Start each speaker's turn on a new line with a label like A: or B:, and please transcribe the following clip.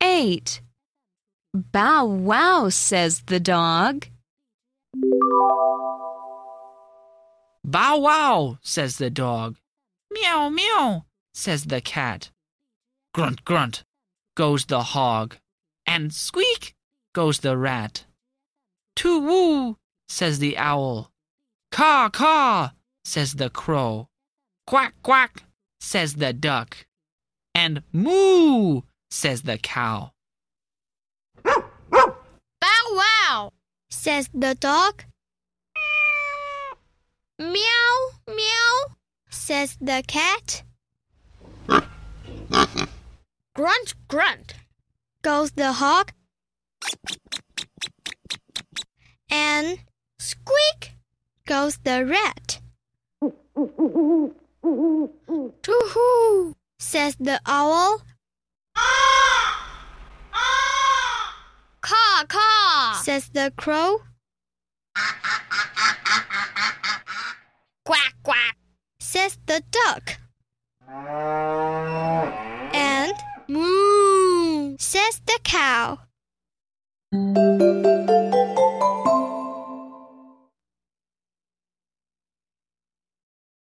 A: Great! Bow wow, says the dog.
B: Bow wow, says the dog. Meow meow, says the cat. Grunt grunt, goes the hog. And squeak, goes the rat. Too woo, says the owl. Caw caw, says the crow. Quack quack, says the duck. And moo, says the cow.
C: Bow wow, says the dog. Meow, meow, says the cat. grunt, grunt, goes the hog. And squeak, goes the rat. Too-hoo, says the owl.
D: Caw, caw.
C: says the crow.
D: Quack, quack.
C: says the duck.